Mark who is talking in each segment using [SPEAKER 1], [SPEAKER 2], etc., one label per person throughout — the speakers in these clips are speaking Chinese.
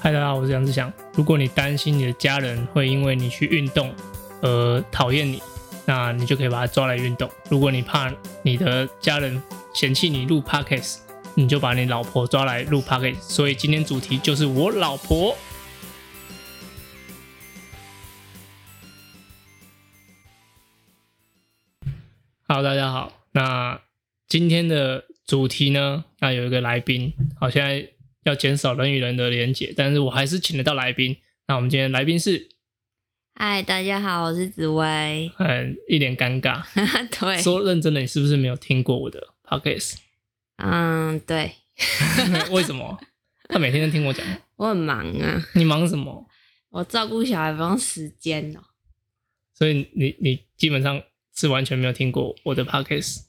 [SPEAKER 1] 嗨，大家好，我是杨志祥。如果你担心你的家人会因为你去运动而讨厌你，那你就可以把他抓来运动。如果你怕你的家人嫌弃你录 podcast，你就把你老婆抓来录 podcast。所以今天主题就是我老婆。Hello，大家好。那今天的主题呢？那有一个来宾，好，现在要减少人与人的连结，但是我还是请得到来宾。那我们今天来宾是，
[SPEAKER 2] 嗨，大家好，我是紫薇。 啊
[SPEAKER 1] 嗯，一脸尴尬。
[SPEAKER 2] 对，
[SPEAKER 1] 说认真的，你是不是没有听过我的 podcast？
[SPEAKER 2] 嗯，对
[SPEAKER 1] 为什么？他每天都听我讲话，
[SPEAKER 2] 我很忙啊，
[SPEAKER 1] 你忙什么？
[SPEAKER 2] 我照顾小孩不用时间哦、
[SPEAKER 1] 所以你你基本上是完全没有听过我的 podcast，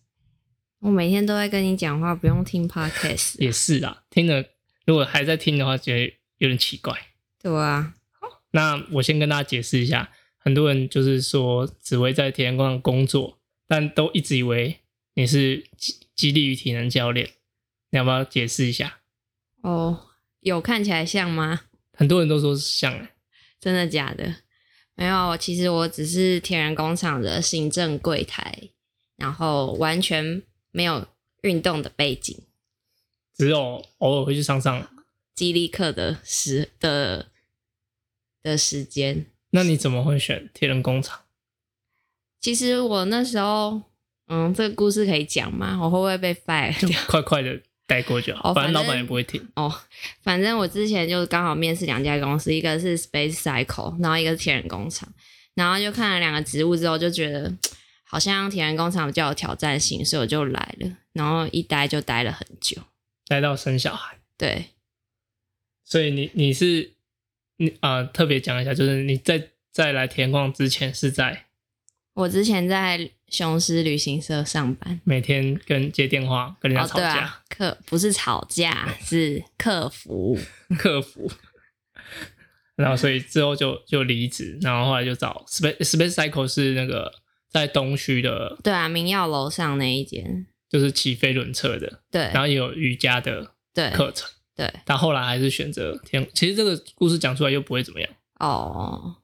[SPEAKER 2] 我每天都在跟你讲话，不用听 podcast。
[SPEAKER 1] 也是啦。听了如果还在听的话，觉得有点奇怪。
[SPEAKER 2] 对啊，
[SPEAKER 1] 那我先跟大家解释一下，很多人就是说紫薇在体验工厂工作，但都一直以为你是激激励与体能教练，你要不要解释一下？
[SPEAKER 2] 哦，有看起来像吗？
[SPEAKER 1] 很多人都说是像欸，
[SPEAKER 2] 真的假的？没有，其实我只是天然工厂的行政柜台，然后完全没有运动的背景，
[SPEAKER 1] 只有偶尔会去上上。
[SPEAKER 2] 激励课的时的的时间。
[SPEAKER 1] 那你怎么会选铁人工厂？
[SPEAKER 2] 其实我那时候，嗯，这个故事可以讲吗？我会不会被 fire
[SPEAKER 1] 就
[SPEAKER 2] 掉？
[SPEAKER 1] 快快的带过就好，
[SPEAKER 2] 哦
[SPEAKER 1] 反正
[SPEAKER 2] 反正
[SPEAKER 1] 老板也不会听。
[SPEAKER 2] 哦，反正我之前就刚好面试两家公司，一个是 Space Cycle，然后一个是铁人工厂，然后就看了两个职务之后，就觉得好像铁人工厂比较有挑战性，所以我就来了，然后一待就待了很久。
[SPEAKER 1] 来到生小孩，
[SPEAKER 2] 对，
[SPEAKER 1] 所以你你是你啊、呃特别讲一下，就是你在在来铁人工厂之前是在
[SPEAKER 2] 我之前在雄狮旅行社上班，
[SPEAKER 1] 每天跟接电话跟人家
[SPEAKER 2] 哦，
[SPEAKER 1] 吵
[SPEAKER 2] 对
[SPEAKER 1] 架。 哎
[SPEAKER 2] 啊，客不是吵架，是客服。
[SPEAKER 1] 客服，然后所以之后就就离职，然后后来就找 Space Space Cycle 是那个在东区的，
[SPEAKER 2] 对啊，明耀楼上那一间。
[SPEAKER 1] 就是骑飞轮车的，
[SPEAKER 2] 对
[SPEAKER 1] 然后也有瑜伽的
[SPEAKER 2] 对
[SPEAKER 1] 课程，
[SPEAKER 2] 对，
[SPEAKER 1] 但后来还是选择天。其实这个故事讲出来又不会怎么样，
[SPEAKER 2] 哦，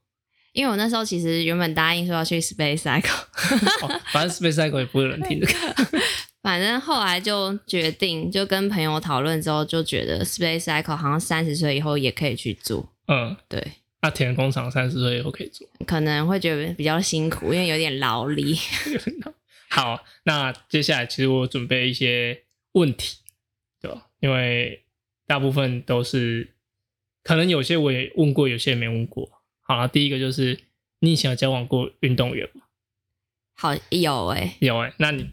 [SPEAKER 2] 因为我那时候其实原本答应说要去 Space Cycle，
[SPEAKER 1] 哦、反正 Space Cycle 也不会有人听的。
[SPEAKER 2] 反正后来就决定，就跟朋友讨论之后，就觉得 Space Cycle 好像三十岁以后也可以去做，
[SPEAKER 1] 嗯，
[SPEAKER 2] 对，
[SPEAKER 1] 那铁人工厂三十岁以后可以做。
[SPEAKER 2] 可能会觉得比较辛苦，因为有点劳力。
[SPEAKER 1] 好，那接下来其实我准备一些问题，对吧？因为大部分都是，可能有些我也问过，有些也没问过。好了，第一个就是你以前有交往过运动员吗？
[SPEAKER 2] 好有哎、
[SPEAKER 1] 有哎、那你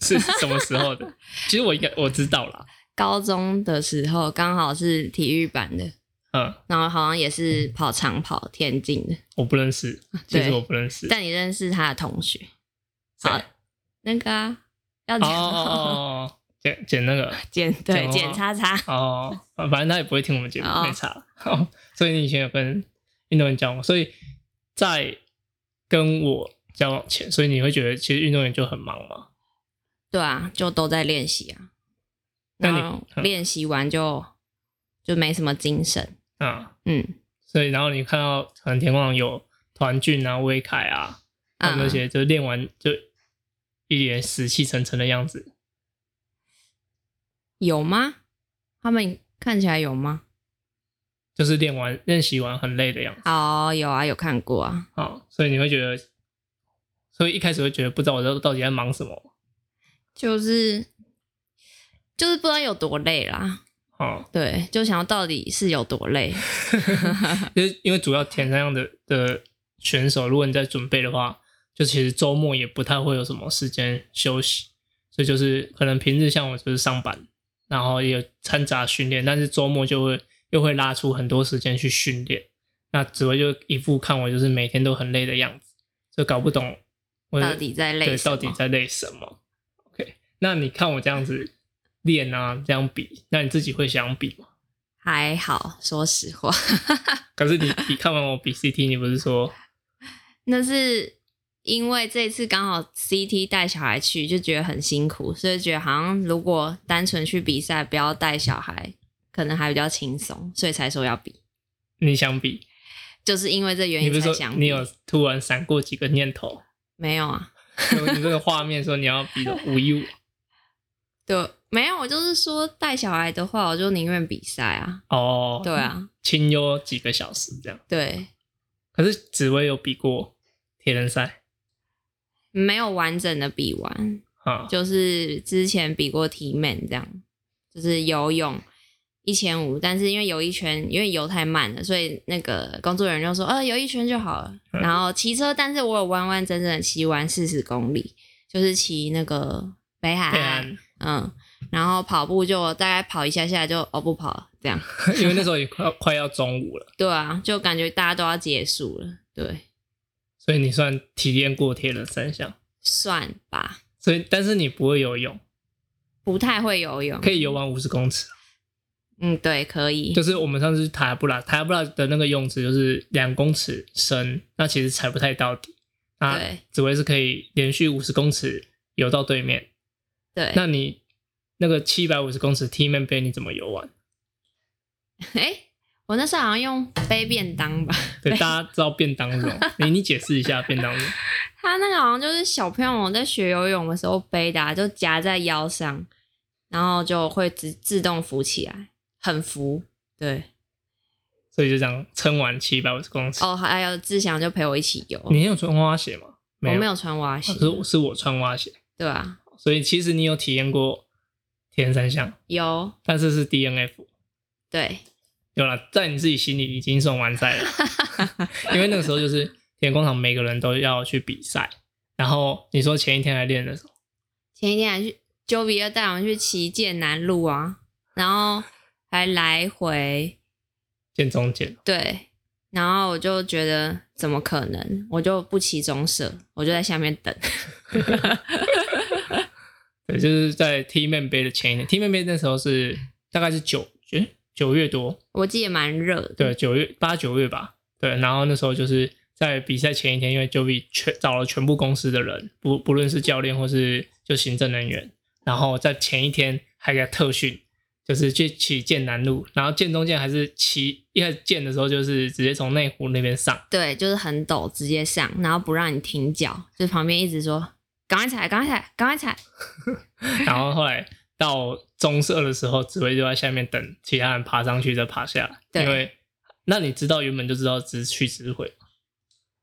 [SPEAKER 1] 是什么时候的？其实我应该我知道啦，
[SPEAKER 2] 高中的时候刚好是体育版的，
[SPEAKER 1] 嗯，
[SPEAKER 2] 然后好像也是跑长跑田径的，
[SPEAKER 1] 我不认识，其
[SPEAKER 2] 对
[SPEAKER 1] 实我不认识。
[SPEAKER 2] 但你认识他的同学，
[SPEAKER 1] 谁
[SPEAKER 2] 好那个啊，要
[SPEAKER 1] 哦
[SPEAKER 2] 讲
[SPEAKER 1] 哦哦 哦，哦剪剪那个
[SPEAKER 2] 检对
[SPEAKER 1] 讲
[SPEAKER 2] 检
[SPEAKER 1] 话
[SPEAKER 2] 查查。
[SPEAKER 1] 哦，反正他也不会听我们节目，
[SPEAKER 2] 哦
[SPEAKER 1] 没差。 好，所以你以前有跟运动员交往，所以在跟我交往前，所以你会觉得其实运动员就很忙嘛？
[SPEAKER 2] 对啊，就都在练习啊。
[SPEAKER 1] 那
[SPEAKER 2] 然
[SPEAKER 1] 你
[SPEAKER 2] 后
[SPEAKER 1] 嗯
[SPEAKER 2] 练习完就就没什么精神，
[SPEAKER 1] 啊，
[SPEAKER 2] 嗯，
[SPEAKER 1] 所以然后你看到可能田光有团俊啊、威凯啊，他们那
[SPEAKER 2] 嗯
[SPEAKER 1] 些就练完就一脸死气沉沉的样子，
[SPEAKER 2] 有吗？他们看起来有吗？
[SPEAKER 1] 就是练完练习完很累的样子
[SPEAKER 2] 哦，有啊，有看过啊。
[SPEAKER 1] 啊、所以你会觉得，所以一开始会觉得不知道我到到底在忙什么
[SPEAKER 2] 就是就是不知道有多累啦，
[SPEAKER 1] 啊。
[SPEAKER 2] 对，就想要到底是有多累，
[SPEAKER 1] 就是因为主要田三样的的选手，如果你在准备的话，就其实周末也不太会有什么时间休息，所以就是可能平日像我就是上班，然后也有掺杂训练，但是周末就会又会拉出很多时间去训练。那紫薇就一副看我就是每天都很累的样子，就搞不懂我
[SPEAKER 2] 到底在累
[SPEAKER 1] 对
[SPEAKER 2] 什么
[SPEAKER 1] 到底在累什么。OK，那你看我这样子练啊，这样比，那你自己会想比吗？
[SPEAKER 2] 还好，说实话，
[SPEAKER 1] 可是你比看完我比 CT，你不是说
[SPEAKER 2] 那是因为这次刚好 CT 带小孩去，就觉得很辛苦，所以觉得好像如果单纯去比赛，不要带小孩，可能还比较轻松，所以才说要比。
[SPEAKER 1] 你想比？
[SPEAKER 2] 就是因为这原
[SPEAKER 1] 你
[SPEAKER 2] 因
[SPEAKER 1] 不是
[SPEAKER 2] 才
[SPEAKER 1] 说
[SPEAKER 2] 想比。
[SPEAKER 1] 你有突然闪过几个念 头？
[SPEAKER 2] 没有啊？
[SPEAKER 1] 就你这个画面说你要比五一五，
[SPEAKER 2] 对，没有。我就是说带小孩的话，我就宁愿比赛啊。
[SPEAKER 1] 哦，
[SPEAKER 2] 对，啊，
[SPEAKER 1] 清幽几个小时这样。
[SPEAKER 2] 对，
[SPEAKER 1] 可是紫薇有比过铁人赛
[SPEAKER 2] 没有完整的比完，
[SPEAKER 1] 啊，
[SPEAKER 2] 就是之前比过 T man 这样，就是游泳一千五，但是因为游一圈，因为游太慢了，所以那个工作人员就说，呃，游一圈就好了。
[SPEAKER 1] 嗯
[SPEAKER 2] 然后骑车，但是我有完完整整地骑完四十公里，就是骑那个北海
[SPEAKER 1] 对
[SPEAKER 2] 岸，
[SPEAKER 1] 啊，
[SPEAKER 2] 嗯，然后跑步就大概跑一下下就哦不跑了，这样，
[SPEAKER 1] 因为那时候也快快要中午了，
[SPEAKER 2] 对啊，就感觉大家都要结束了，对，
[SPEAKER 1] 所以你算体验过铁人三项。
[SPEAKER 2] 算吧，
[SPEAKER 1] 所以，但是你不会游泳，
[SPEAKER 2] 不太会游泳，
[SPEAKER 1] 可以游完五十公尺。啊
[SPEAKER 2] 嗯，对，可以，
[SPEAKER 1] 就是我们上次去塔布拉，塔布拉的那个泳池就是两公尺深，那其实踩不太到底。啊
[SPEAKER 2] 对，
[SPEAKER 1] 紫薇是可以连续五十公尺游到对面。
[SPEAKER 2] 对，
[SPEAKER 1] 那你那个七百五十公尺 T man 杯你怎么游完？
[SPEAKER 2] 哎、我那时候好像用背便当吧，
[SPEAKER 1] 对，大家知道便当是什么？你你解释一下便当是什么
[SPEAKER 2] 他那个好像就是小朋友在学游泳的时候背的、啊，就夹在腰上，然后就会自自动浮起来，很浮，对，
[SPEAKER 1] 所以就这样撑完七百五十公尺。
[SPEAKER 2] 哦，还有志祥就陪我一起游，
[SPEAKER 1] 你有穿蛙鞋吗？
[SPEAKER 2] 我
[SPEAKER 1] 有，啊哦
[SPEAKER 2] 没有穿蛙鞋，
[SPEAKER 1] 是是我穿蛙鞋，
[SPEAKER 2] 对啊，
[SPEAKER 1] 所以其实你有体验过铁人三项，
[SPEAKER 2] 有，
[SPEAKER 1] 但是是 DNF。
[SPEAKER 2] 对，
[SPEAKER 1] 有了，在你自己心里已经算完赛 了，因为那个时候就是田工厂每个人都要去比赛，然后你说前一天还练了什么？
[SPEAKER 2] 前一天还去九比二带我们去骑剑南路啊，然后还来回
[SPEAKER 1] 见中间
[SPEAKER 2] 对，然后我就觉得怎么可能，我就不骑中社，我就在下面等。
[SPEAKER 1] 对，就是在 T man 杯的前一天，T man 杯那时候是大概是九诶九月多，
[SPEAKER 2] 我记得蛮热的，
[SPEAKER 1] 对，九月八九月吧，对，然后那时候就是在比赛前一天，因为 Jovi 全找了全部公司的人，不不论是教练或是就行政人员，然后在前一天还给他特训，就是去骑剑南路，然后剑中间还是骑一开始剑的时候就是直接从内湖那边上，
[SPEAKER 2] 对，就是很陡，直接上，然后不让你停脚，就是旁边一直说赶快踩，赶快踩，赶快踩。
[SPEAKER 1] 然后后来到棕色的时候，紫薇就在下面等其他人爬上去再爬下来，
[SPEAKER 2] 对
[SPEAKER 1] 因为那你知道原本就知道只去只回，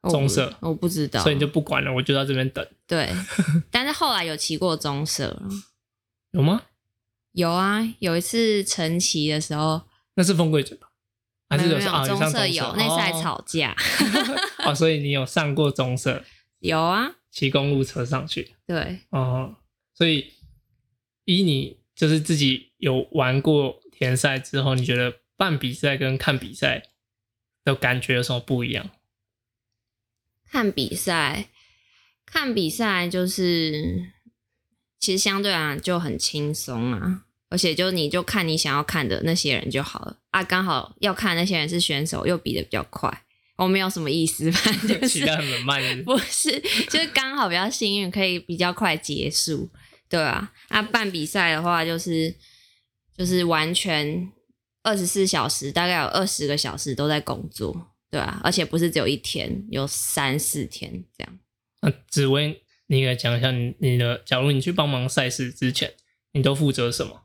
[SPEAKER 2] 我
[SPEAKER 1] 棕
[SPEAKER 2] 不
[SPEAKER 1] 色
[SPEAKER 2] 哦我不知道，
[SPEAKER 1] 所以你就不管了，我就在这边等，
[SPEAKER 2] 对，但是后来有骑过棕色了，
[SPEAKER 1] 有吗？
[SPEAKER 2] 有啊，有一次晨骑的时候，
[SPEAKER 1] 那是风柜嘴吧？还
[SPEAKER 2] 没
[SPEAKER 1] 是
[SPEAKER 2] 有没
[SPEAKER 1] 上
[SPEAKER 2] 有
[SPEAKER 1] 啊？有
[SPEAKER 2] 棕
[SPEAKER 1] 上
[SPEAKER 2] 色
[SPEAKER 1] 棕
[SPEAKER 2] 有，那次还吵架，
[SPEAKER 1] 哦哦，所以你有上过棕色，
[SPEAKER 2] 有啊，
[SPEAKER 1] 骑公路车上去
[SPEAKER 2] 对，
[SPEAKER 1] 哦。所以以你就是自己有玩过田赛之后，你觉得办比赛跟看比赛的感觉有什么不一样？
[SPEAKER 2] 看比赛，看比赛就是其实相对啊就很轻松啊，而且就你就看你想要看的那些人就好了啊。刚好要看那些人是选手，又比的比较快，我、没有什么意思，反正 就
[SPEAKER 1] 骑得
[SPEAKER 2] 是
[SPEAKER 1] 很慢是不是
[SPEAKER 2] 不是就是刚好比较幸运，可以比较快结束，对啊。啊，办比赛的话就是就是完全二十四小时，大概有二十个小时都在工作。对啊，而且不是只有一天，有三四天这样。
[SPEAKER 1] 那紫薇，你给讲一下你你的，假如你去帮忙赛事之前，你都负责什么？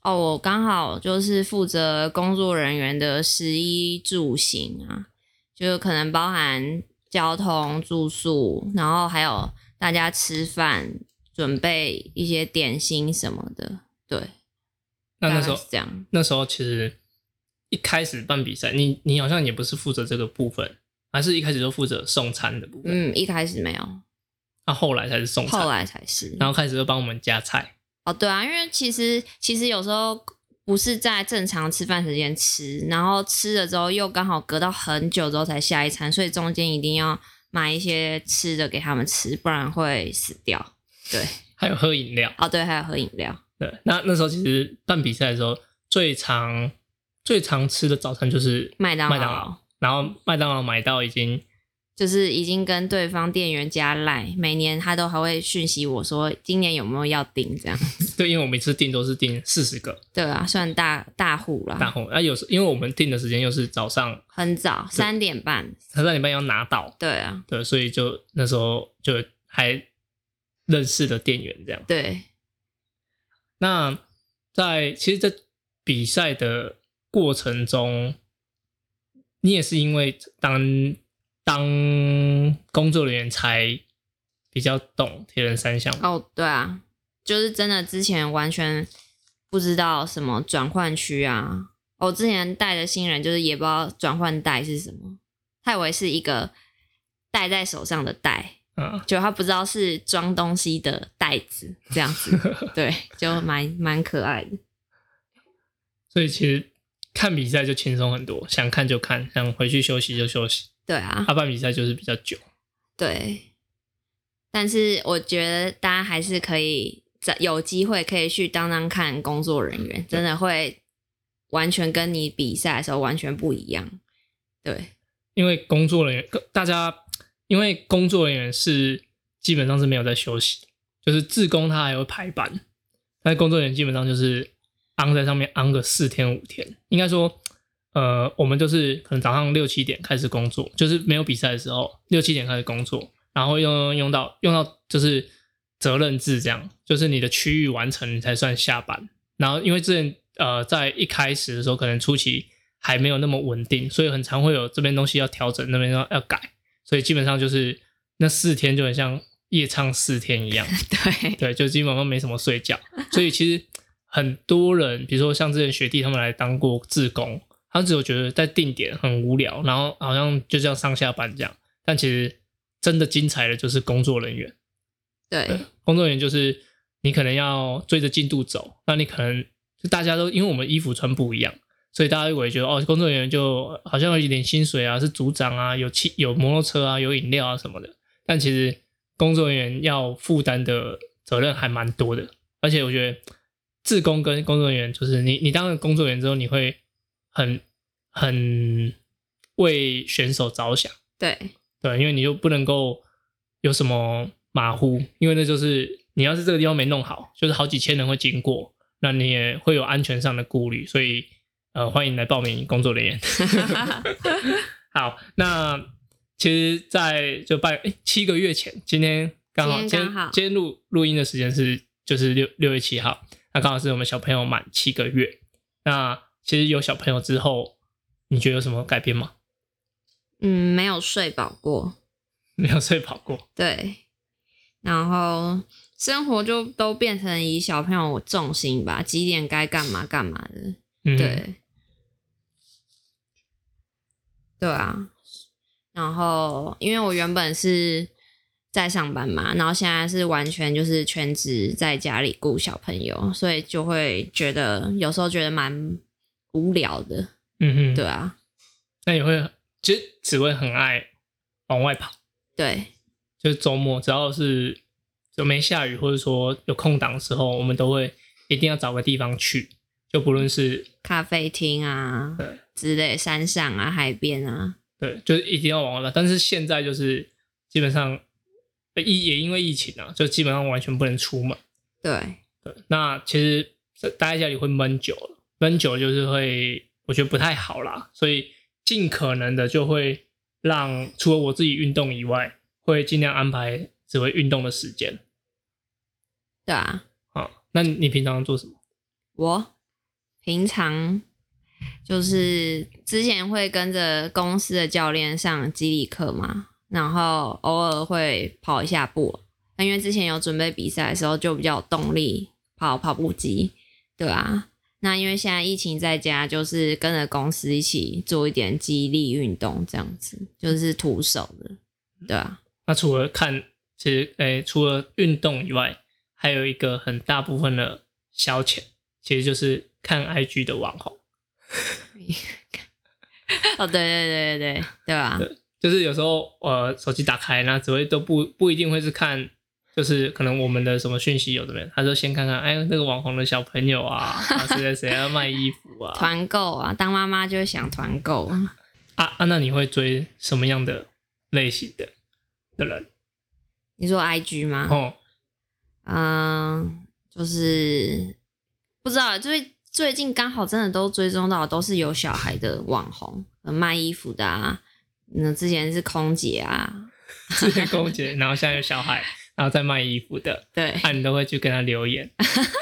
[SPEAKER 2] 哦，我刚好就是负责工作人员的食衣住行啊，就是可能包含交通、住宿，然后还有大家吃饭、准备一些点心什么的。对，
[SPEAKER 1] 那那
[SPEAKER 2] 大概
[SPEAKER 1] 时候
[SPEAKER 2] 是这样。
[SPEAKER 1] 那时候其实一开始办比赛，你你好像也不是负责这个部分，还是一开始就负责送餐的部分，那、
[SPEAKER 2] 嗯，一开始没有，
[SPEAKER 1] 后来才是送餐，
[SPEAKER 2] 后来才是。
[SPEAKER 1] 然后开始就帮我们加菜，
[SPEAKER 2] 哦，对啊，因为其实其实有时候不是在正常吃饭时间吃，然后吃了之后又刚好隔到很久之后才下一餐，所以中间一定要买一些吃的给他们吃，不然会死掉。对，
[SPEAKER 1] 还有喝饮料。
[SPEAKER 2] 哦对，还有喝饮料，
[SPEAKER 1] 对，那那时候其实办比赛的时候，最常最常吃的早餐就是
[SPEAKER 2] 麦当劳
[SPEAKER 1] 麦当劳，然后麦当劳买到已经
[SPEAKER 2] 就是已经跟对方店员加赖，每年他都还会讯息我说今年有没有要订这样。
[SPEAKER 1] 对，因为我每次订都是订四十个
[SPEAKER 2] 对啊，算大大户了，
[SPEAKER 1] 大红，那、啊、有时因为我们订的时间又是早上，
[SPEAKER 2] 很早三点半，
[SPEAKER 1] 他三点半要拿到，
[SPEAKER 2] 对啊，
[SPEAKER 1] 对，所以就那时候就还认识的店员这样。
[SPEAKER 2] 对，
[SPEAKER 1] 那在其实，在比赛的过程中，你也是因为当当工作人员才比较懂铁人三项嘛，
[SPEAKER 2] 哦，对啊，就是真的之前完全不知道什么转换区啊。我之前带的新人就是也不知道转换带是什么，他以为是一个戴在手上的带，
[SPEAKER 1] 嗯，
[SPEAKER 2] 结果他不知道是装东西的袋子这样子，对，就蛮蛮可爱的。
[SPEAKER 1] 所以其实看比赛就轻松很多，想看就看，想回去休息就休息。
[SPEAKER 2] 对啊，
[SPEAKER 1] 阿办比赛就是比较久，
[SPEAKER 2] 对，但是我觉得大家还是可以在有机会可以去当当看工作人员，真的会完全跟你比赛的时候完全不一样。对
[SPEAKER 1] 因为工作人员大家因为工作人员是基本上是没有在休息，就是自工他还会排班，但是工作人员基本上就是昂在上面昂个四天五天，应该说。呃，我们就是可能早上六七点开始工作，就是没有比赛的时候，六七点开始工作，然后用用到用到就是责任制这样，就是你的区域完成你才算下班。然后因为之前呃在一开始的时候，可能初期还没有那么稳定，所以很常会有这边东西要调整，那边要要改，所以基本上就是那四天就很像夜唱四天一样，
[SPEAKER 2] 对
[SPEAKER 1] 对，就呃基本上没什么睡觉，所以其实很多人，比如说像之前学弟他们来当过志工，他只有觉得在定点很无聊，然后好像就这样上下班这样，但其实真的精彩的就是工作人员，
[SPEAKER 2] 对
[SPEAKER 1] 工作人员就是你可能要追着进度走，那你可能就大家都因为我们衣服穿不一样，所以大家会觉得哦，工作人员就好像有一点薪水啊，是组长啊，有汽有摩托车啊，有饮料啊什么的。但其实工作人员要负担的责任还蛮多的，而且我觉得自工跟工作人员就是你你当了工作人员之后，你会很很为选手着想。
[SPEAKER 2] 对
[SPEAKER 1] 对，因为你就不能够有什么马虎，因为那就是你要是这个地方没弄好，就是好几千人会经过，那你也会有安全上的顾虑，所以呃，欢迎来报名工作人 员。 好，那其实，在就半诶七个月前，今天刚好，
[SPEAKER 2] 今
[SPEAKER 1] 今
[SPEAKER 2] 天
[SPEAKER 1] 天
[SPEAKER 2] 刚好
[SPEAKER 1] 今天录录音的时间是就是六六月七号，那刚好是我们小朋友满七个月。那其实有小朋友之后，你觉得有什么改变吗？
[SPEAKER 2] 嗯，没有睡饱过，
[SPEAKER 1] 没有睡跑过，
[SPEAKER 2] 对，然后生活就都变成以小朋友为重心吧，几点该干嘛干嘛的，
[SPEAKER 1] 嗯，
[SPEAKER 2] 对，对啊。然后，因为我原本是在上班嘛，然后现在是完全就是全职在家里顾小朋友，所以就会觉得有时候觉得蛮无聊的，
[SPEAKER 1] 嗯哼，
[SPEAKER 2] 对啊，
[SPEAKER 1] 那也会，其实只会很爱往外跑，
[SPEAKER 2] 对
[SPEAKER 1] 就是周末只要是就没下雨或者说有空档的时候，我们都会一定要找个地方去，就不论是
[SPEAKER 2] 咖啡厅啊
[SPEAKER 1] 对
[SPEAKER 2] 之类，山上啊、海边啊，
[SPEAKER 1] 对，就是一定要往外跑。但是现在就是基本上呃疫也因为疫情啊，就基本上完全不能出门。
[SPEAKER 2] 对
[SPEAKER 1] 对，那其实待在家里会闷久了，闷久了就是会，我觉得不太好啦，所以尽可能的就会让除了我自己运动以外，会尽量安排只会运动的时间
[SPEAKER 2] 对啊。
[SPEAKER 1] 啊。那你平常做什么？
[SPEAKER 2] 我平常就是之前会跟着公司的教练上肌力课嘛，然后偶尔会跑一下步。那因为之前有准备比赛的时候，就比较有动力跑跑步机，对啊。那因为现在疫情在家，就是跟着公司一起做一点肌力运动，这样子就是徒手的，对啊，
[SPEAKER 1] 那除了看，其实诶、除了运动以外，还有一个很大部分的消遣，其实就是看 IG 的网红。
[SPEAKER 2] 哦，对对对对对，对吧、啊？
[SPEAKER 1] 就是有时候呃手机打开，那只会都不不一定会是看，就是可能我们的什么讯息有这边，他就先看看，哎，那个网红的小朋友啊，啊谁谁谁要卖衣服啊，
[SPEAKER 2] 团购啊，当妈妈就会想团购啊。
[SPEAKER 1] 啊啊，那你会追什么样的类型的的人？
[SPEAKER 2] 你说 IG 吗？
[SPEAKER 1] 哦，
[SPEAKER 2] 嗯，就是不知道，最最近刚好真的都追踪到都是有小孩的网红，呃卖衣服的啊，那之前是空姐啊，
[SPEAKER 1] 之前空姐，然后现在有小孩，然后再卖衣服的，
[SPEAKER 2] 对，
[SPEAKER 1] 啊，你都会去跟他留言，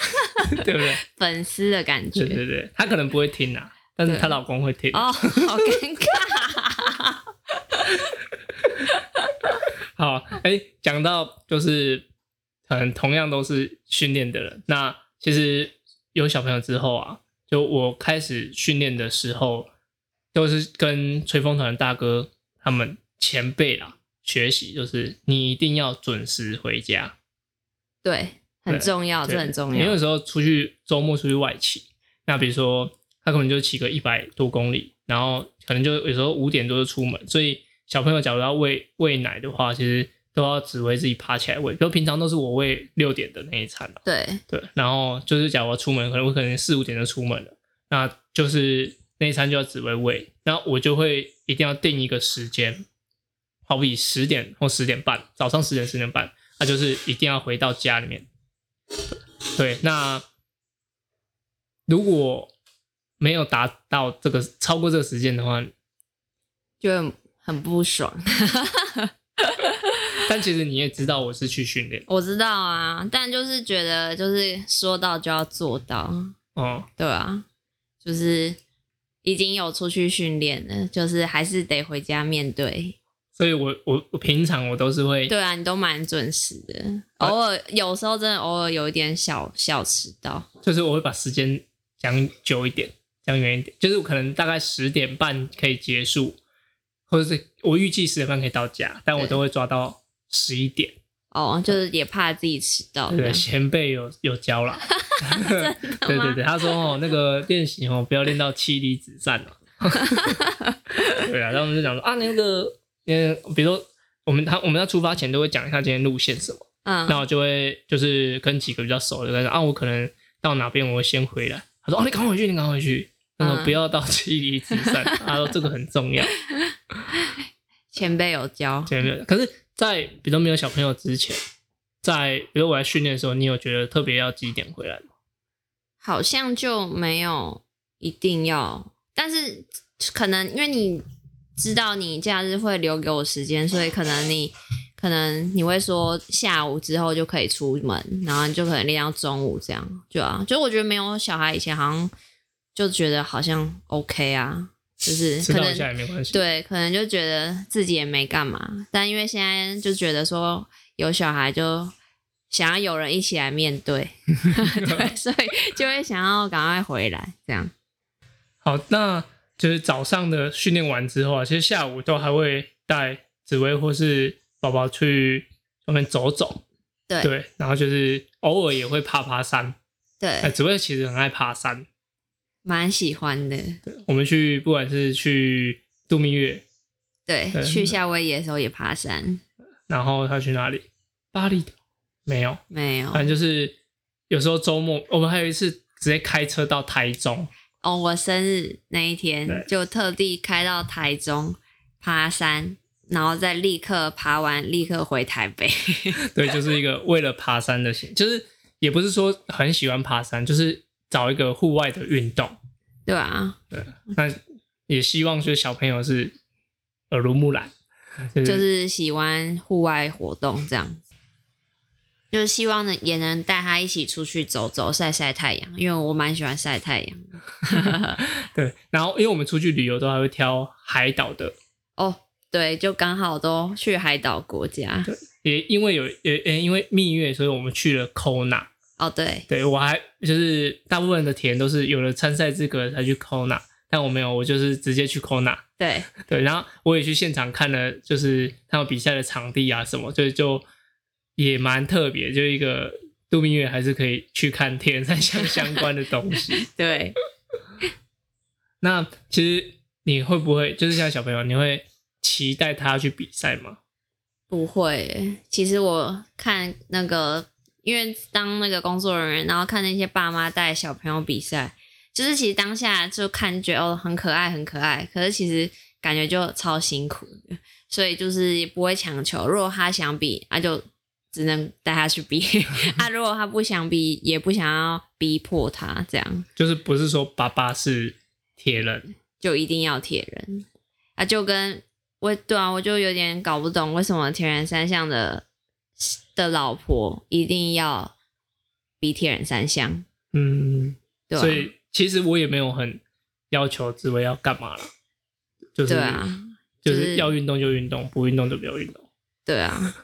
[SPEAKER 1] 对不对？
[SPEAKER 2] 粉丝的感
[SPEAKER 1] 对
[SPEAKER 2] 觉，
[SPEAKER 1] 对对，她可能不会听啊，但是
[SPEAKER 2] 对
[SPEAKER 1] 她老公会听。
[SPEAKER 2] 哦，好尴尬，
[SPEAKER 1] 好，哎，讲到就是，可能同样都是训练的人，那其实有小朋友之后啊，就我开始训练的时候，都是跟吹风团的大哥他们前辈啦学习，就是你一定要准时回家，
[SPEAKER 2] 对，
[SPEAKER 1] 对
[SPEAKER 2] 很重要，
[SPEAKER 1] 对
[SPEAKER 2] 这很重
[SPEAKER 1] 你有
[SPEAKER 2] 要，
[SPEAKER 1] 时候出去周末出去外骑，那比如说他可能就骑个一百多公里，然后可能就有时候五点多就出门，所以小朋友假如要喂喂奶的话，其实都要只为自己爬起来喂。比如平常都是我喂六点的那一餐嘛
[SPEAKER 2] 对，
[SPEAKER 1] 对，然后就是假如我出门，可能我可能四五点就出门了，那就是那一餐就要只为喂，然后我就会一定要定一个时间，好比十点或十点半，早上十点十点半，那就是一定要回到家里面。对，那如果没有达到这个超过这个时间的话，
[SPEAKER 2] 就很很不爽。
[SPEAKER 1] 但其实你也知道我是去训练
[SPEAKER 2] 我知道啊，但就是觉得就是说到就要做到，
[SPEAKER 1] 哦、
[SPEAKER 2] 对啊，就是已经有出去训练了，就是还是得回家面对。
[SPEAKER 1] 所以我我我平常我都是会
[SPEAKER 2] 对啊，你都蛮准时的，
[SPEAKER 1] 啊
[SPEAKER 2] 偶尔有时候真的偶尔有一点小小迟到，
[SPEAKER 1] 就是我会把时间讲久一点，讲远一点，就是我可能大概十点半可以结束，或者是我预计十点半可以到家，但我
[SPEAKER 2] 对
[SPEAKER 1] 都会抓到十一点。
[SPEAKER 2] 哦，就是也怕自己迟到这
[SPEAKER 1] 对，
[SPEAKER 2] 样。
[SPEAKER 1] 前辈有有教啦。 对对对，他说哦，那个练习哦，不要练到妻离子散了。对啊，然后我们就讲说啊，那个，嗯，比如说我们他我们要出发前都会讲一下今天路线什么。那
[SPEAKER 2] 嗯，
[SPEAKER 1] 我就会就是跟几个比较熟的，跟他说啊，我可能到哪边我会先回来。他说哦，你赶快回去，你赶快回去。他说
[SPEAKER 2] 嗯
[SPEAKER 1] 不要到妻离子散， 他说这个很重要。
[SPEAKER 2] 前辈有教，
[SPEAKER 1] 前面可是，在比如没有小朋友之前，在比如我在训练的时候，你有觉得特别要几点回来吗？
[SPEAKER 2] 好像就没有一定要，但是可能因为你知道你假日会留给我时间，所以可能你可能你会说下午之后就可以出门，然后你就可能练到中午这样，就啊，就我觉得没有小孩以前好像就觉得好像 OK 啊，就是
[SPEAKER 1] 迟
[SPEAKER 2] 可
[SPEAKER 1] 到
[SPEAKER 2] 能
[SPEAKER 1] 一下也没关系。
[SPEAKER 2] 对，可能就觉得自己也没干嘛，但因为现在就觉得说有小孩就想要有人一起来面对， 对，所以就会想要赶快回来这样。
[SPEAKER 1] 好，那就是早上的训练完之后啊，其实下午都还会带紫薇或是宝宝去外面走走。
[SPEAKER 2] 对
[SPEAKER 1] 对，然后就是偶尔也会爬爬山。哎，
[SPEAKER 2] 对，
[SPEAKER 1] 紫薇其实很爱爬山。
[SPEAKER 2] 蛮喜欢的。
[SPEAKER 1] 我们去不管是去度蜜月，
[SPEAKER 2] 对
[SPEAKER 1] 对，
[SPEAKER 2] 去夏威夷的时候也爬山，
[SPEAKER 1] 然后他去哪里？巴厘岛没有，
[SPEAKER 2] 没有
[SPEAKER 1] 反正就是有时候周末，我们还有一次直接开车到台中，
[SPEAKER 2] 哦。我生日那一
[SPEAKER 1] 对
[SPEAKER 2] 天就特地开到台中爬山，然后再立刻爬完，立刻回台北。
[SPEAKER 1] 对，就是一个为了爬山的行，就是也不是说很喜欢爬山，就是找一个户外的运动。
[SPEAKER 2] 对啊，
[SPEAKER 1] 那也希望就是小朋友是耳濡目染，就
[SPEAKER 2] 就是喜欢户外活动这样子，就是希望呢也能带他一起出去走走、晒晒太阳，因为我蛮喜欢晒太阳的。
[SPEAKER 1] 对。然后因为我们出去旅游都还会挑海岛的
[SPEAKER 2] 哦，对，就刚好都去海岛国家。
[SPEAKER 1] 也因为有也也因为蜜月，所以我们去了 Kona。
[SPEAKER 2] 哦，对，
[SPEAKER 1] 对我还就是大部分的田都是有了参赛资格才去 Kona，但我没有，我就是直接去 Kona。
[SPEAKER 2] 对，
[SPEAKER 1] 对，然后我也去现场看了，就是他们比赛的场地啊什么，就就也蛮特别，就一个度蜜月还是可以去看铁人三项相关的东西。
[SPEAKER 2] 对，
[SPEAKER 1] 那其实你会不会就是像小朋友，你会期待他去比赛吗？
[SPEAKER 2] 不会欸。其实我看那个，因为当那个工作人员，然后看那些爸妈带小朋友比赛，就是其实当下就看觉得哦很可爱，很可爱。可是其实感觉就超辛苦的，所以就是也不会强求。如果他想比，那就只能带他去逼 啊。如果他不想逼，也不想要逼迫他，这样
[SPEAKER 1] 就是不是说爸爸是铁人，
[SPEAKER 2] 就一定要铁人啊。就跟我对啊，我就有点搞不懂为什么铁人三项的的老婆一定要比铁人三项，
[SPEAKER 1] 嗯，
[SPEAKER 2] 对、啊，
[SPEAKER 1] 所以其实我也没有很要求紫薇要干嘛了，就是、
[SPEAKER 2] 对啊，
[SPEAKER 1] 就
[SPEAKER 2] 就是
[SPEAKER 1] 是要运动就运动，不运动就不要运动。
[SPEAKER 2] 对 啊，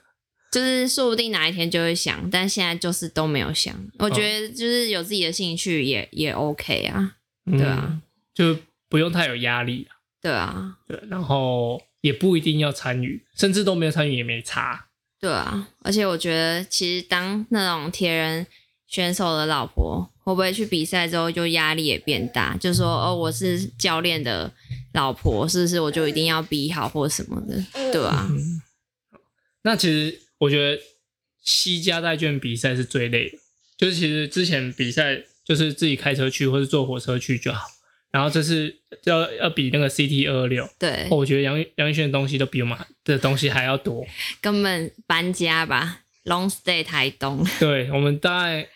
[SPEAKER 2] 就是说不定哪一天就会想，但现在就是都没有想。我觉
[SPEAKER 1] 哦
[SPEAKER 2] 得就是有自己的兴趣也也 OK 啊，
[SPEAKER 1] 嗯
[SPEAKER 2] 对啊，
[SPEAKER 1] 就不用太有压力啊
[SPEAKER 2] 对啊，
[SPEAKER 1] 对，然后也不一定要参与，甚至都没有参与也没差。
[SPEAKER 2] 对啊。而且我觉得其实当那种铁人选手的老婆，会不会去比赛之后就压力也变大？就说哦，我是教练的老婆，是不是我就一定要比好或什么的？对啊，
[SPEAKER 1] 嗯，那其实我觉得西加带卷比赛是最累的，就是其实之前比赛就是自己开车去或是坐火车去就好，然后这次要要比那个 CT 二六。
[SPEAKER 2] 对
[SPEAKER 1] 哦，，我觉得杨杨逸轩的东西都比我们的东西还要多。
[SPEAKER 2] 根本搬家吧，long stay 台东，
[SPEAKER 1] 对，我们大概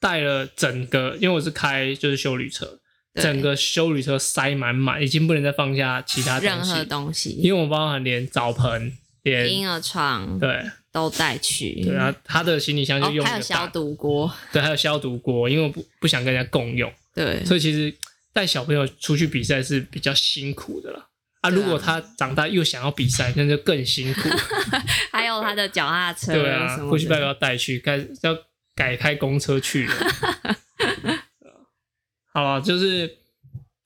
[SPEAKER 1] 带了整个，因为我是开就是修旅车，
[SPEAKER 2] 对
[SPEAKER 1] 整个修旅车塞满满，已经不能再放下其他
[SPEAKER 2] 任
[SPEAKER 1] 东
[SPEAKER 2] 何
[SPEAKER 1] 西，
[SPEAKER 2] 东西，
[SPEAKER 1] 因为我们包含连澡盆，连
[SPEAKER 2] 婴儿床，
[SPEAKER 1] 对啊
[SPEAKER 2] 都带去。
[SPEAKER 1] 对啊，他的行李箱就
[SPEAKER 2] 嗯哦，
[SPEAKER 1] 用
[SPEAKER 2] 还
[SPEAKER 1] 一
[SPEAKER 2] 有
[SPEAKER 1] 个
[SPEAKER 2] 消
[SPEAKER 1] 大，
[SPEAKER 2] 毒锅，
[SPEAKER 1] 对，还有消毒锅，因为我不不想跟人家共用，
[SPEAKER 2] 对
[SPEAKER 1] 所以其实带小朋友出去比赛是比较辛苦的啦。啊，
[SPEAKER 2] 对啊
[SPEAKER 1] 如果他长大又想要比赛，那就更辛苦。
[SPEAKER 2] 还有他的脚踏车
[SPEAKER 1] 对啊
[SPEAKER 2] 什，么
[SPEAKER 1] 过去拜
[SPEAKER 2] 的。
[SPEAKER 1] 要带去，该要改开公车去了。 好了，就是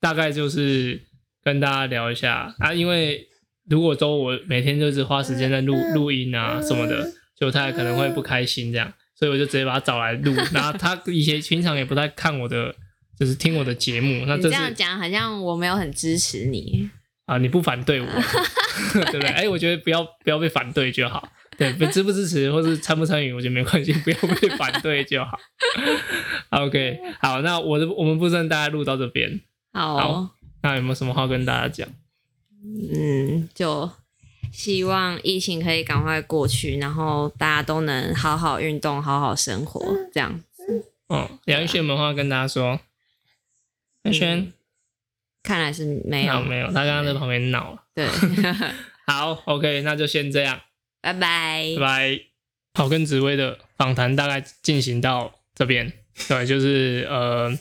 [SPEAKER 1] 大概就是跟大家聊一下啊，因为如果说我每天就是花时间在
[SPEAKER 2] 嗯
[SPEAKER 1] 录录音啊什么的，就他可能会不开心这样，所以我就直接把他找来录。然后他以前平常也不太看我的，就是听我的节目。那
[SPEAKER 2] 你
[SPEAKER 1] 这
[SPEAKER 2] 这
[SPEAKER 1] 是
[SPEAKER 2] 样讲，好像我没有很支持你。
[SPEAKER 1] 啊，你不反对我，对不对？哎、我觉得不要不要被反对就好，对，不支不支持或是参不参与，我觉得没关系，不要被反对就好。OK，好，那我的我们部分大概录到这边，
[SPEAKER 2] 好哦，
[SPEAKER 1] 那有没有什么话跟大家讲？
[SPEAKER 2] 嗯，就希望疫情可以赶快过去，然后大家都能好好运动，好好生活，这样
[SPEAKER 1] 嗯，梁玉轩有没有话跟大家说？梁玉轩、
[SPEAKER 2] 看来是嗯没
[SPEAKER 1] 没有
[SPEAKER 2] 有。
[SPEAKER 1] 没有，他刚刚在旁边闹了。
[SPEAKER 2] 对，
[SPEAKER 1] 好，OK，那就先这样，
[SPEAKER 2] 拜拜
[SPEAKER 1] 拜。拜。好，跟紫薇的访谈大概进行到这边，对，就是呃，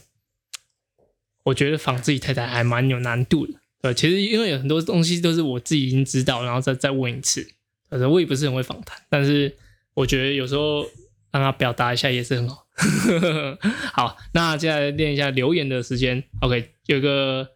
[SPEAKER 1] 我觉得仿自己太太还蛮有难度的。对，其实因为有很多东西都是我自己已经知道，然后再再问一次。反正我也不是很会访谈，但是我觉得有时候让他表达一下也是很好。 好，那接下来练一下留言的时间。OK，有个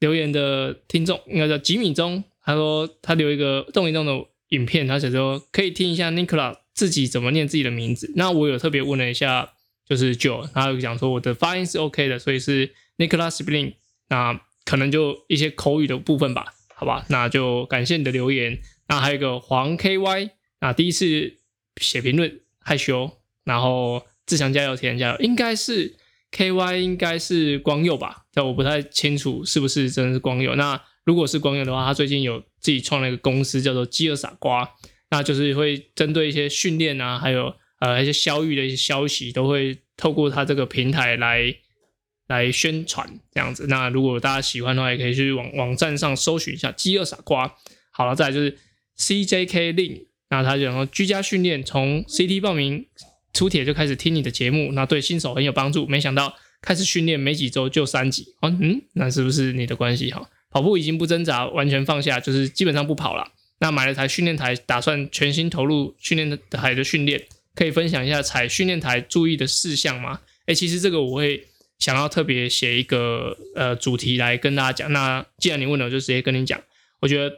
[SPEAKER 1] 留言的听众应该叫吉米中，他说他留一个动一动的影片，他写说可以听一下 Nicola 自己怎么念自己的名字。那我有特别问了一下，就是 Joe，他有讲说我的发音是 OK 的，所以是 Nicola Spring。那可能就一些口语的部分吧，好吧？那就感谢你的留言。那还有一个黄 KY，那第一次写评论，害羞。然后志强加油，铁人加油，应该是 KY，应该是光佑吧？但我不太清楚是不是真的是光佑。那如果是光佑的话，他最近有自己创了一个公司，叫做饥饿傻瓜，那就是会针对一些训练啊，还有呃一些消育的一些消息，都会透过他这个平台来来宣传这样子。那如果大家喜欢的话，也可以去网网站上搜寻一下“饥饿傻瓜”。好了，再来就是 CJK Lin，那他讲说居家训练从 CT 报名出铁就开始听你的节目，那对新手很有帮助。没想到开始训练没几周就三级，哦，嗯，那是不是你的关系哈？跑步已经不挣扎，完全放下，就是基本上不跑了。那买了台训练台，打算全心投入训练台的训练，可以分享一下踩训练台注意的事项吗？哎、其实这个我会想要特别写一个呃主题来跟大家讲。那既然你问了，我就直接跟你讲。我觉得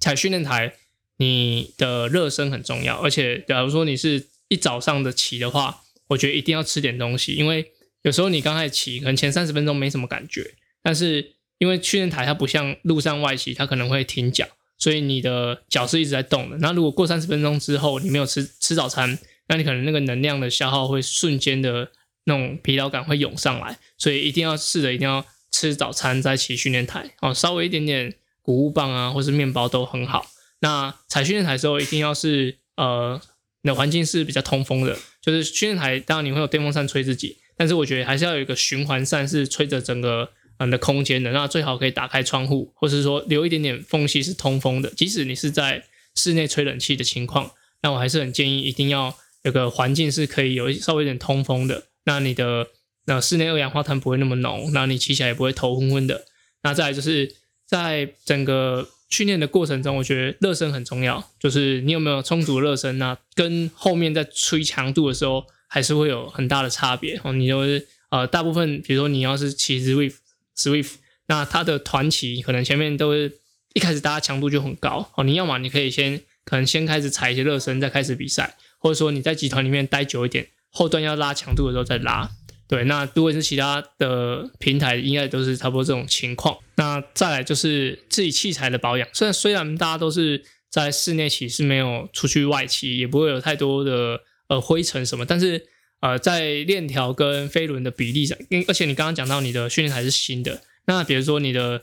[SPEAKER 1] 踩训练台，你的热身很重要，而且假如说你是一早上的骑的话，我觉得一定要吃点东西，因为有时候你刚开始骑，可能前三十分钟没什么感觉，但是因为训练台它不像路上外骑，它可能会停脚，所以你的脚是一直在动的。那如果过三十分钟之后你没有吃吃早餐，那你可能那个能量的消耗会瞬间的那种疲劳感会涌上来，所以一定要试着一定要吃早餐再骑训练台哦，稍微一点点谷物棒啊或是面包都很好。那踩训练台的时候一定要是呃你的环境是比较通风的，就是训练台当然你会有电风扇吹自己，但是我觉得还是要有一个循环扇是吹着整个嗯的空间的，那最好可以打开窗户，或是说留一点点缝隙是通风的。即使你是在室内吹冷气的情况，那我还是很建议一定要有个环境是可以有一稍微有点通风的，那你的那室内二氧化碳不会那么浓，那你骑起来也不会头昏昏的。那再来就是在整个训练的过程中，我觉得热身很重要，就是你有没有充足的热身那跟后面在吹强度的时候还是会有很大的差别。哦，你就是呃，大部分比如说你要是骑 Swift Swift，那它的团骑可能前面都是一开始大家强度就很高哦，你要么你可以先可能先开始踩一些热身，再开始比赛，或者说你在集团里面待久一点，后段要拉强度的时候再拉。对，那如果是其他的平台，应该都是差不多这种情况。那再来就是自己器材的保养，虽然虽然大家都是在室内骑，是没有出去外骑，也不会有太多的呃灰尘什么，但是呃在链条跟飞轮的比例上，因而且你刚刚讲到你的训练台是新的，那比如说你的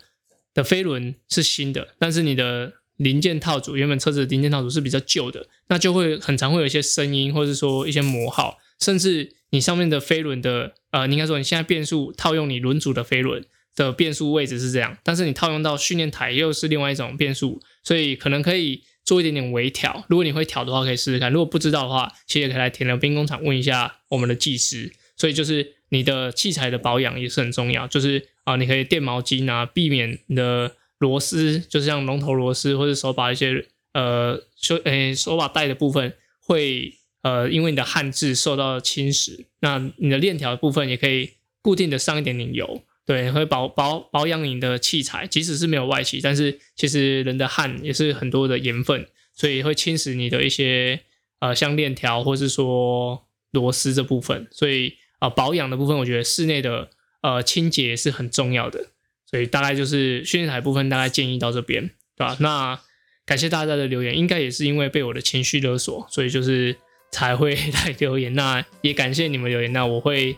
[SPEAKER 1] 的飞轮是新的，但是你的零件套组原本车子的零件套组是比较旧的，那就会很常会有一些声音，或者说一些磨耗，甚至你上面的飞轮的呃，你应该说你现在变速套用你轮组的飞轮的变速位置是这样，但是你套用到训练台又是另外一种变速，所以可能可以做一点点微调。如果你会调的话，可以试试看；如果不知道的话，其实也可以来田良兵工厂问一下我们的技师。所以就是你的器材的保养也是很重要，就是啊、你可以垫毛巾啊，避免你的螺丝，就是像龙头螺丝或者手把一些呃手诶、手把带的部分会呃因为你的汗渍受到侵蚀，那你的链条的部分也可以固定的上一点点油，对，会保保保养你的器材，即使是没有外气，但是其实人的汗也是很多的盐分，所以会侵蚀你的一些呃像链条或是说螺丝这部分，所以啊、呃保养的部分，我觉得室内的呃清洁是很重要的，所以大概就是训练台部分大概建议到这边，对吧、那感谢大家的留言，应该也是因为被我的情绪勒索，所以就是才会 来留言。那也感谢你们留言，那我会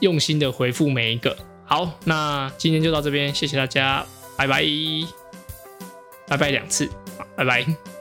[SPEAKER 1] 用心的回复每一个。好，那今天就到这边，谢谢大家，拜拜，拜拜两次，好拜拜。